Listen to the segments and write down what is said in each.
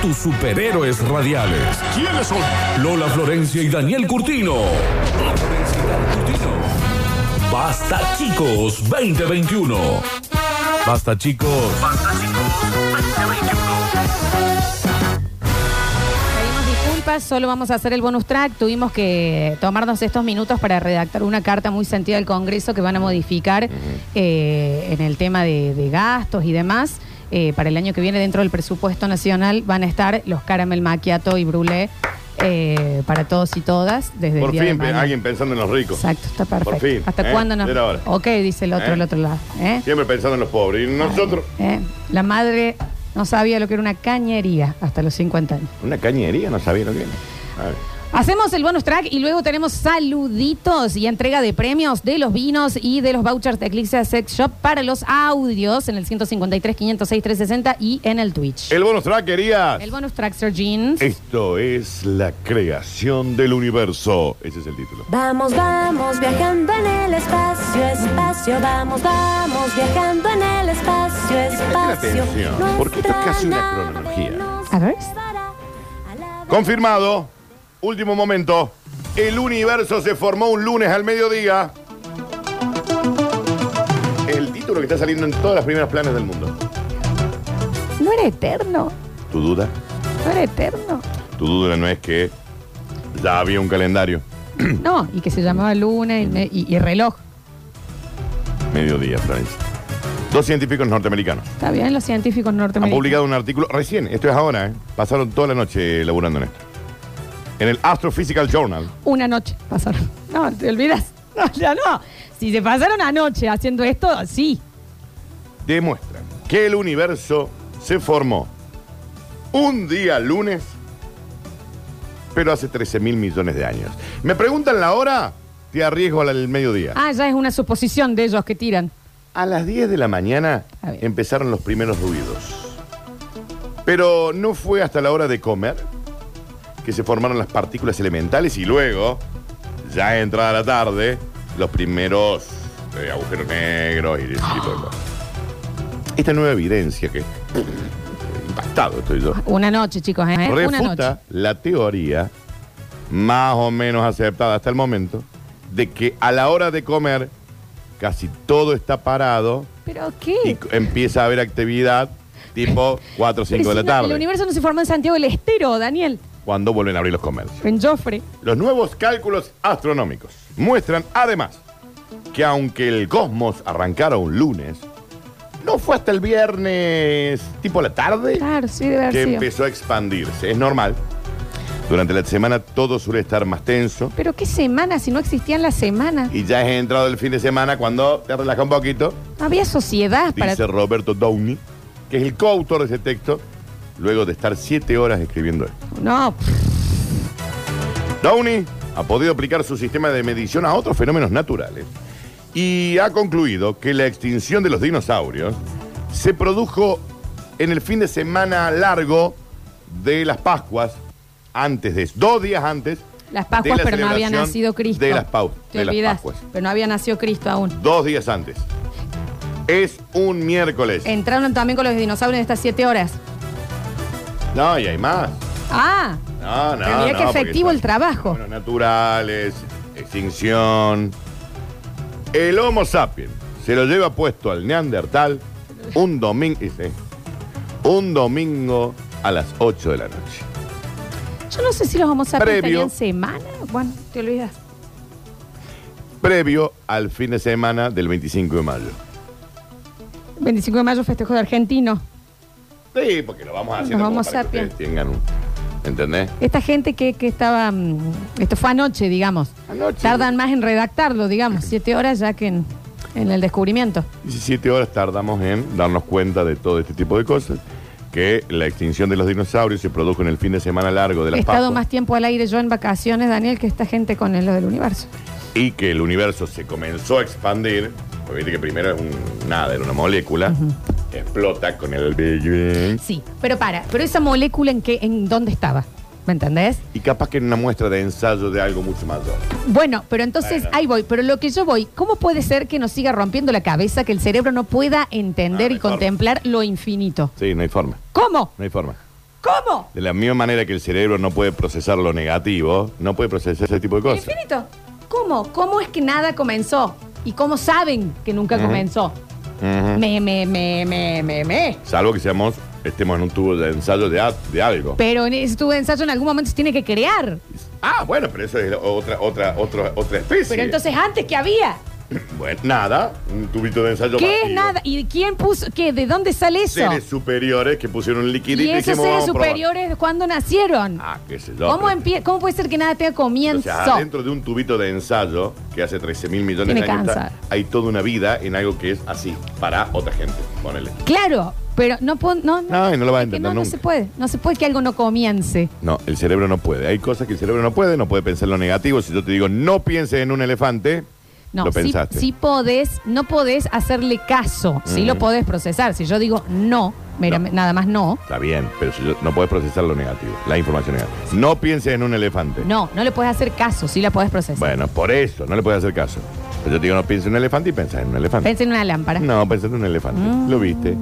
tus superhéroes radiales. ¿Quiénes son? Lola Florencia y Daniel Curtino. Basta chicos 2021. Basta chicos. Pedimos disculpas, solo vamos a hacer el bonus track. Tuvimos que tomarnos estos minutos para redactar una carta muy sentida del Congreso que van a modificar eh, en el tema de, de gastos y demás. Eh, para el año que viene, dentro del presupuesto nacional, van a estar los caramel macchiato y brulé eh, para todos y todas desde el Por día de fin, pe- mañana. alguien pensando en los ricos. Exacto, está perfecto. Por fin, ¿Hasta ¿eh? cuándo no? Era ahora. Ok, dice el otro, ¿Eh? el otro lado. ¿eh? Siempre pensando en los pobres. Y nosotros. ¿Eh? La madre no sabía lo que era una cañería hasta los 50 años. Una cañería, no sabía lo que era. A ver. Hacemos el bonus track y luego tenemos saluditos y entrega de premios de los vinos y de los vouchers de Eclipse Sex Shop para los audios en el 153, 506, 360 y en el Twitch. El, El bonus track, querías. bonus track, Sir Jeans. Esto es la creación del universo. Ese es el título. Vamos, vamos, viajando en el espacio, espacio, vamos, vamos, viajando en el espacio, Presten espacio. atención, porque esto es casi una Nuestra nave cronología. nos A ver. llevará a la Confirmado. Último momento. El universo se formó un lunes al mediodía. El título que está saliendo en todas las primeras planas del mundo. No era eterno, ¿Tu duda? no era eterno. Tu duda no es que ya había un calendario. No, y que se llamaba Luna y, me- y- y reloj. Mediodía, Francis. Dos científicos norteamericanos Está bien, los científicos han norteamericanos. publicado un artículo recién, esto es ahora, ¿eh? pasaron toda la noche laburando en esto. En el Astrophysical Journal. Una noche pasaron. No, te olvidas. No, ya no. Si se pasaron anoche haciendo esto, sí. demuestran que el universo se formó un día lunes, pero hace 13 mil millones de años. Me preguntan la hora, te arriesgo al mediodía. Ah, ya es una suposición de ellos que tiran. A las 10 de la mañana A ver. empezaron los primeros ruidos. Pero no fue hasta la hora de comer que se formaron las partículas elementales y luego, ya entrada la tarde, los primeros eh, agujeros negros y ese tipo Ah. de cosas. Esta nueva evidencia que... eh, Impactado estoy yo. Una noche, chicos, ¿eh? Una noche. Refuta la teoría más o menos aceptada hasta el momento de que a la hora de comer casi todo está parado ¿Pero y qué? c- empieza a haber actividad tipo 4 o 5 de Pero la si no, El tarde, universo no se formó en Santiago del Estero, Daniel. cuando vuelven a abrir los comercios. En Joffre. Los nuevos cálculos astronómicos muestran además que aunque el cosmos arrancara un lunes, no fue hasta el viernes tipo la tarde Claro, Ah, sí, debe haber que sido. empezó a expandirse. Es normal. Durante la semana todo suele estar más tenso Pero qué semana, si no existían las semanas. y ya es entrado el fin de semana cuando te relaja un poquito. No había sociedad para. Dice Roberto Downey, que es el coautor de ese texto, luego de estar siete horas escribiendo esto. No, pff, Downey ha podido aplicar su sistema de medición a otros fenómenos naturales y ha concluido que la extinción de los dinosaurios se produjo en el fin de semana largo de las Pascuas, antes de eso, dos días antes. las de Pascuas, la pero no había celebración nacido Cristo. De las, pau- Te de las olvidas. Pascuas. Pero no había nacido Cristo aún. Dos días antes. Es un miércoles. Entraron también con los dinosaurios en estas siete horas. No, y hay más. Ah, No, no, Pero mirá no, qué porque efectivo son el trabajo. fenómenos naturales, extinción. El Homo sapiens se lo lleva puesto al Neandertal un domingo. Un domingo a las 8 de la noche. yo no sé si los homo sapiens Previo. tenían semana. Bueno, te olvidas. Previo al fin de semana del 25 de mayo. 25 de mayo, festejo de argentino. Sí, porque lo vamos haciendo Los como Homo para que sapiens. ustedes tengan un- ¿Entendés? Esta gente que, que estaba. mm, esto fue anoche, digamos. Anoche. Tardan más en redactarlo, digamos. Siete horas ya que en, en el descubrimiento. 17 horas tardamos en darnos cuenta de todo este tipo de cosas. Que la extinción de los dinosaurios se produjo en el fin de semana largo de He las estado Pascuas. más tiempo al aire yo en vacaciones, Daniel, que esta gente con el- lo del universo. y que el universo se comenzó a expandir, porque viste que primero es un nada, era una molécula, explota con el Big Bang. Sí, pero para. Pero esa molécula en qué, en dónde estaba. ¿Me entendés? Y capaz que en una muestra de ensayo de algo mucho mayor. Bueno, pero entonces Bueno. ahí voy. Pero lo que yo voy, ¿cómo puede ser que nos siga rompiendo la cabeza que el cerebro no pueda entender Ah, y mejor. contemplar lo infinito? Sí, no hay forma, ¿Cómo? no hay forma. ¿Cómo? De la misma manera que el cerebro no puede procesar lo negativo, no puede procesar ese tipo de El cosas. infinito. ¿Cómo? ¿Cómo es que nada comenzó? ¿Y cómo saben que nunca comenzó? Ujú. Me, me, me, me, me, me. Salvo que seamos, estemos en un tubo de ensayo de, a- de algo. Pero en ese tubo de ensayo en algún momento se tiene que crear. Ah, bueno, pero eso es otra, otra, otra, otra especie. Pero entonces, ¿antes qué había? Bueno, nada, un tubito de ensayo ¿Qué es vacío. nada? ¿Y quién puso? ¿Qué? ¿De dónde sale eso? Seres superiores que pusieron un liquidito ¿Y esos dijimos, seres vamos a probar. superiores cuándo nacieron? Ah, qué sé yo. ¿Cómo, pero- empie- ¿Cómo puede ser que nada tenga O comienzo? sea, dentro de un tubito de ensayo que hace 13 mil millones Tiene de años cáncer. está- hay toda una vida en algo que es así, para otra gente. Ponele. Claro, pero no puedo. No, No, y no lo vas a es que entender no, no nunca. se puede. No se puede que algo no comience. No, el cerebro no puede. Hay cosas que el cerebro no puede, no puede pensar lo negativo. Si yo te digo, no pienses en un elefante, No, lo sí, pensaste. Mm. sí podés, no podés hacerle caso. Sí lo podés procesar. Si yo digo no, mira, No. nada más no, Está bien, pero si yo- no puedes procesar lo negativo, la información negativa. No pienses en un elefante. no, no le podés hacer caso, sí la podés procesar. Bueno, por eso, no le puedes hacer caso. Pero yo te digo, no pienses en un elefante y piensas en un elefante. Pensé en una lámpara. No, pensé en un elefante. Mm. Lo viste.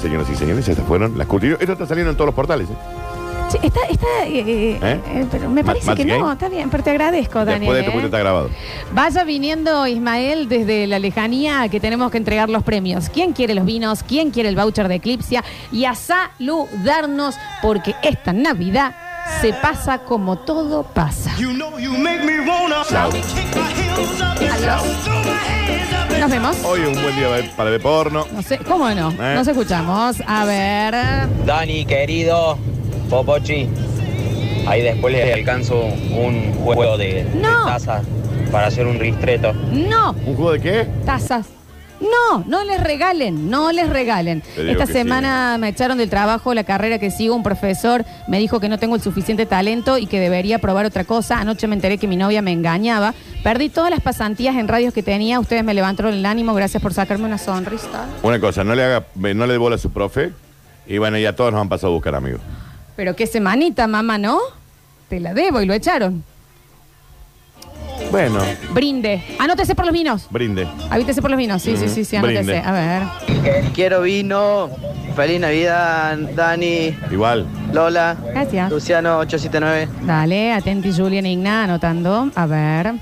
Señoras y señores, estas fueron las curtidas. Esto está saliendo en todos los portales. ¿eh? Che, está, está, eh, eh, ¿Eh? eh, pero me Ma- parece Mats que no, Gay. está bien, pero te agradezco, Daniel. Después de esto, ¿eh? porque está grabado. Vaya viniendo Ismael desde la lejanía que tenemos que entregar los premios. ¿Quién quiere los vinos? ¿Quién quiere el voucher de Eclipsia? Y a saludarnos porque esta Navidad se pasa como todo pasa. You know you make me wanna Chao. kick my heels up and Chao. throw my hands up and Nos vemos. Hoy es un buen día para ver porno. No sé, ¿cómo no? Eh. Nos escuchamos. A ver. Dani, querido, Popochi, ahí después le alcanzo un juego de, de No. tazas para hacer un ristreto. No, ¿Un juego de qué? tazas. No, no les regalen, no les regalen. Te digo Esta que semana me echaron del trabajo la carrera que sigo. Un profesor me dijo que no tengo el suficiente talento y que debería probar otra cosa. Anoche me enteré que mi novia me engañaba. Perdí todas las pasantías en radios que tenía. Ustedes me levantaron el ánimo. Gracias por sacarme una sonrisa. Una cosa, no le haga, no le dé bola a su profe. Y bueno, ya todos nos han pasado a buscar amigos. Pero qué semanita, mamá, ¿no? Te la debo y lo echaron. Bueno, Brinde. Anótese por los vinos. brinde. Avítese por los vinos. Sí, sí, sí, sí, anótese. Brinde. A ver. Quiero vino. Feliz Navidad, Dani, Igual. Lola, Gracias. Luciano 879. Dale, atenti Julian Igna anotando. A ver.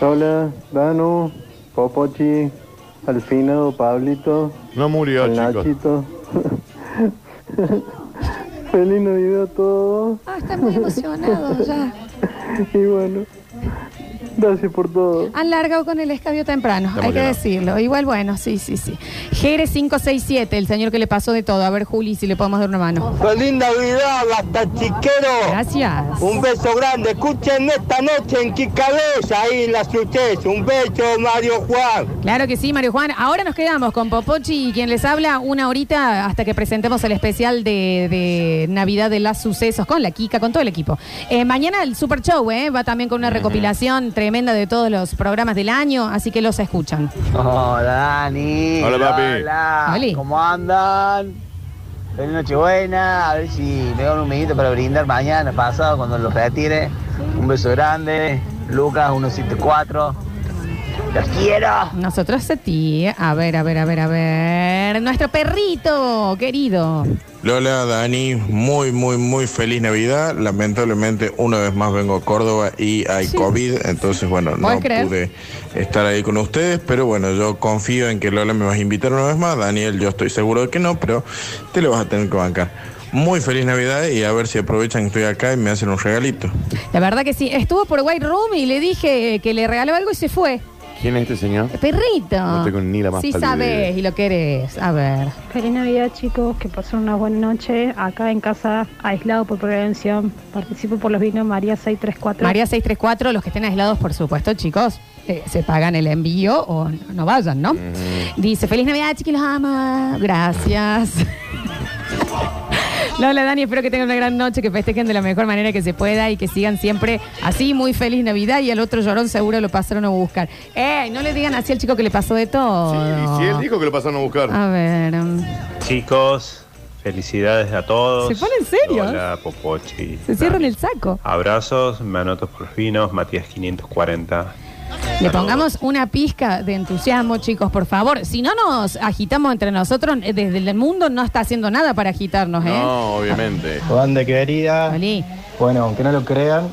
Hola, Danu, Popochi, Alfino, Pablito, No murió, chicos. Nachito. Feliz Navidad a todos Ah, está muy emocionado ya. y bueno, gracias por todo. Han largado con el escabio temprano, Está hay que emocionado. decirlo. Igual, bueno, sí, sí, sí. Jere 567, el señor que le pasó de todo. A ver, Juli, si le podemos dar una mano. Feliz Navidad, hasta chiquero. Gracias. Un beso grande. Escuchen esta noche en Quicabeza, ahí en la Suchez. Un beso, Mario Juan. Claro que sí, Mario Juan. Ahora nos quedamos con Popochi y quien les habla una horita hasta que presentemos el especial de, de Navidad de las Sucesos con la Kika, con todo el equipo. Eh, mañana el Super Show, ¿eh? Va también con una recopilación tremenda de todos los programas del año, así que los escuchan. Hola, Dani. Hola, papi. Hola. Oli. ¿Cómo andan? Feliz Nochebuena. A ver si me dan un minuto para brindar mañana, pasado, cuando los retire. Un beso grande. Lucas 174. Los quiero. Nosotros a ti. A ver, a ver, a ver, a ver. Nuestro perrito, querido. Lola, Dani, muy, muy, muy feliz Navidad. Lamentablemente, una vez más vengo a Córdoba y hay Sí. COVID, entonces, bueno, no ¿Puedes creer? pude estar ahí con ustedes, pero bueno, yo confío en que Lola me vas a invitar una vez más. Daniel, yo estoy seguro de que no, pero te lo vas a tener que bancar. Muy feliz Navidad y a ver si aprovechan que estoy acá y me hacen un regalito. La verdad que sí. Estuvo por White Room y le dije que le regaló algo y se fue. ¿Quién es este señor? Perrito. No tengo ni la más Sí pálida sabes idea. y lo querés. A ver. Feliz Navidad chicos, que pasen una buena noche acá en casa, aislado por prevención. Participo por los vinos María 634. María 634, los que estén aislados, por supuesto, chicos, eh, se pagan el envío o no, no vayan, ¿no? Dice, feliz Navidad, chiqui, los amo. Gracias. Lola, Dani, espero que tengan una gran noche, que festejen de la mejor manera que se pueda y que sigan siempre así, muy feliz Navidad. Y al otro llorón seguro lo pasaron a buscar. ¡Eh! No le digan así al chico que le pasó de todo. Sí, sí, él dijo que lo pasaron a buscar. A ver. mm, Chicos, felicidades a todos. ¿Se pone en serio? Hola, Popochi. Se cierran el saco. Abrazos, me anoto por los vinos, Matías 540. Le pongamos una pizca de entusiasmo, chicos, por favor. Si no nos agitamos entre nosotros, eh, desde el mundo no está haciendo nada para agitarnos, ¿eh? No, obviamente. Banda querida. Bueno, aunque no lo crean,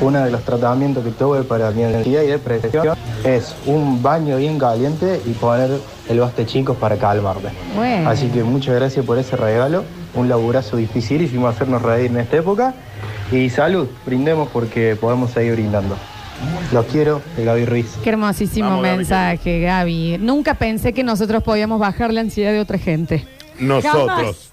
uno de los tratamientos que tuve para mi ansiedad y depresión es un baño bien caliente y poner el baste chicos para calmarme. Bueno. Así que muchas gracias por ese regalo. Un laburazo dificilísimo hacernos reír en esta época. Y salud, brindemos porque podemos seguir brindando. Los quiero, de Gaby Ruiz. Qué hermosísimo Vamos, Gaby, mensaje, Gaby. Nunca pensé que nosotros podíamos bajar la ansiedad de otra gente. Jamás.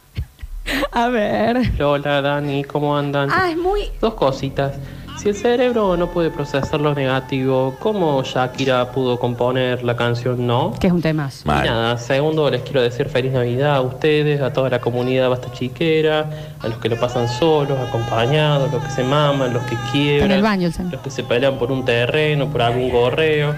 A ver. Hola Dani, ¿cómo andan? Ah, es muy. Dos cositas. Si el cerebro no puede procesar lo negativo, ¿cómo Shakira pudo componer la canción No? Que es un tema. Y nada, segundo, les quiero decir feliz Navidad a ustedes, a toda la comunidad basta chiquera, a los que lo pasan solos, acompañados, los que se maman, los que quiebran, En el baño, el señor. los que se pelean por un terreno, por algún gorreo.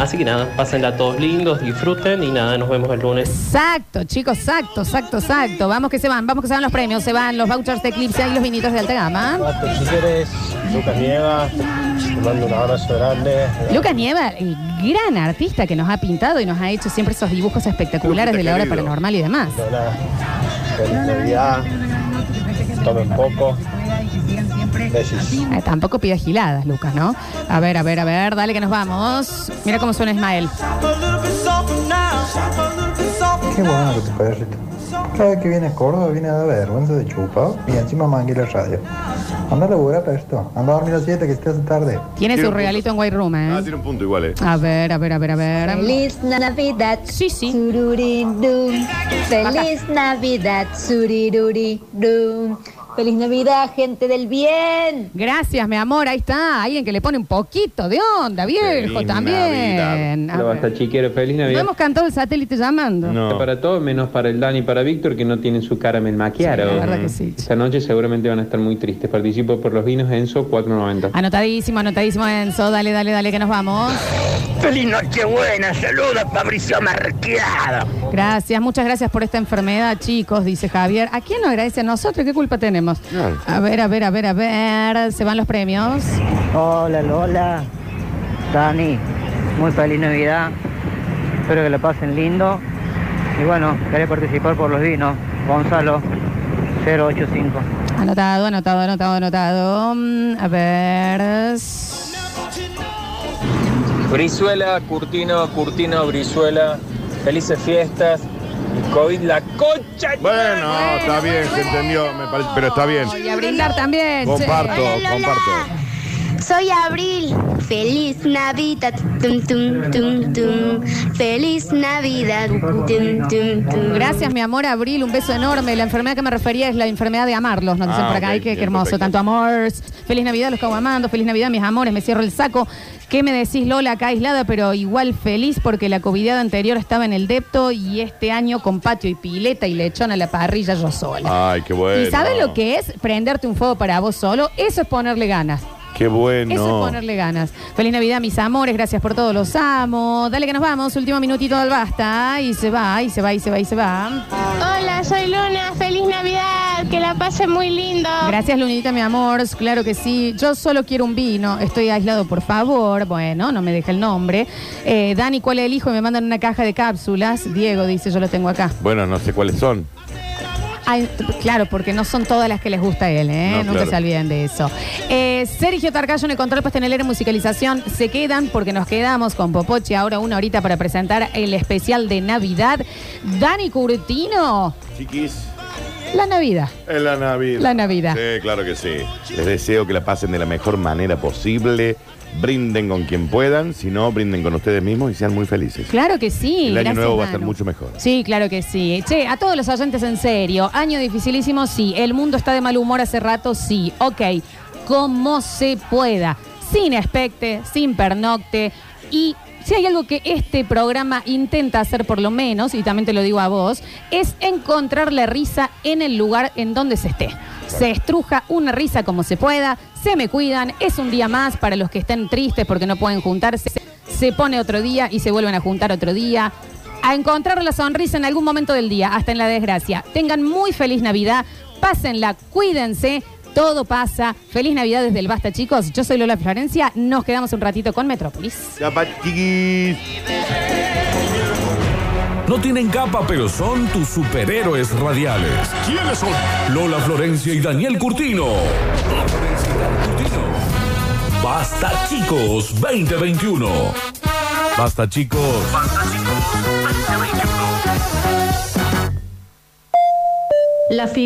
Así que nada, pásenla todos lindos, disfruten y nada, nos vemos el lunes. Exacto, chicos, exacto, exacto, exacto. Vamos que se van, vamos que se van los premios, se van los vouchers de Eclipse y los vinitos de alta gama. Pato, si quieres, Lucas Nieva, te mando un abrazo grande. Lucas Nieva, el gran artista que nos ha pintado y nos ha hecho siempre esos dibujos espectaculares Lucas, de la hora querido. paranormal y demás. Hola, feliz Navidad. Tomen poco. Besis. Ah, tampoco pida giladas, Lucas, ¿no? A ver, a ver, a ver, dale que nos vamos. Mira cómo suena Ismael. Qué bueno que tu perrito. Cada vez que viene a Córdoba viene a dar vergüenza de chupado y encima mangue la radio. Anda a laburar, perrito. Anda a dormir a las 7 que se te hace tarde. Tiene su regalito en White Room, ¿eh? Ah, tiene un punto igual, eh. A ver, a ver, a ver, a ver. Feliz Navidad, sí, sí. Sururindum. Feliz Navidad, surirurirun. Feliz Navidad, gente del bien. Gracias, mi amor, ahí está. Alguien que le pone un poquito de onda, viejo, también. A Hola, ver. basta chiquero, feliz No Navidad. hemos cantado el satélite llamando. Para todos, menos para el Dani y para Víctor, que no tienen su caramel maquiaro. Sí, la verdad que sí. Esta noche seguramente van a estar muy tristes. Participo por los vinos Enzo 490. Anotadísimo, anotadísimo, Enzo. Dale, dale, dale, que nos vamos. Feliz Nochebuena, saludos Fabricio Marqueado. Gracias, muchas gracias por esta enfermedad, chicos, dice Javier. ¿A quién nos agradece? A nosotros, ¿qué culpa tenemos? A ver, a ver, a ver, a ver. Se van los premios. Hola Lola, Dani, muy feliz Navidad, espero que la pasen lindo y bueno, querés participar por los vinos, Gonzalo 085. Anotado, anotado, anotado, anotado. Mm, A ver. Brizuela, Curtino, Curtino, Brizuela. Felices fiestas. COVID, la concha. Bueno, está bien, se entendió, me parece, pero está bien. Y a brindar también. che. Comparto, comparto. Soy Abril. Feliz Navidad. Tum, tum, tum, tum. Feliz Navidad. Tum, tum, tum. Gracias, mi amor, Abril, un beso enorme. La enfermedad que me refería es la enfermedad de amarlos, nos dicen Ah, por acá. ok, Ay, qué, qué bien, hermoso, perfecto. tanto amor. Feliz Navidad, los amando. Feliz Navidad, mis amores, me cierro el saco. ¿Qué me decís, Lola, acá aislada, pero igual feliz porque la covidiada anterior estaba en el depto y este año con patio y pileta y lechón a la parrilla yo sola. Ay, qué bueno. ¿Y sabes lo que es prenderte un fuego para vos solo? Eso es ponerle ganas. Qué bueno. Eso es ponerle ganas. Feliz Navidad, mis amores. Gracias por todo. Los amo. Dale que nos vamos. Último minutito del basta. Y se va, y se va, y se va, y se va. Hola, soy Luna. Feliz Navidad. Que la pase muy lindo. Gracias, Lunita, mi amor. Claro que sí. Yo solo quiero un vino. Estoy aislado, por favor. Bueno, no me deja el nombre. Eh, Dani, ¿cuál elijo? Y me mandan una caja de cápsulas. Diego dice, yo lo tengo acá. Bueno, no sé cuáles son. Ay, t- claro, porque no son todas las que les gusta a él, ¿eh? No, Nunca claro. se olviden de eso. Eh, Sergio Tarcayo en el control pastelero y musicalización. Se quedan porque nos quedamos con Popochi ahora una horita para presentar el especial de Navidad. Dani Curtino, Chiquis. la Navidad. Es la Navidad. La Navidad. Sí, claro que sí. Les deseo que la pasen de la mejor manera posible. Brinden con quien puedan, si no, brinden con ustedes mismos y sean muy felices. Claro que sí. El año gracias, nuevo va a estar Manu. mucho mejor. Sí, claro que sí. Che, a todos los oyentes en serio, año dificilísimo, sí. El mundo está de mal humor hace rato, sí. Ok, como se pueda, sin expecte, sin pernocte y... Si hay algo que este programa intenta hacer por lo menos, y también te lo digo a vos, es encontrarle risa en el lugar en donde se esté. Se estruja una risa como se pueda, se me cuidan, es un día más para los que estén tristes porque no pueden juntarse, se pone otro día y se vuelven a juntar otro día a encontrar la sonrisa en algún momento del día, hasta en la desgracia. Tengan muy feliz Navidad, pásenla, cuídense, Todo pasa. Feliz Navidad desde el Basta, chicos. Yo soy Lola Florencia. Nos quedamos un ratito con Metrópolis. Capa, chiquis. No tienen capa, pero son tus superhéroes radiales. ¿Quiénes son? Lola Florencia y Daniel Curtino. Basta chicos 2021. Basta chicos. La figura.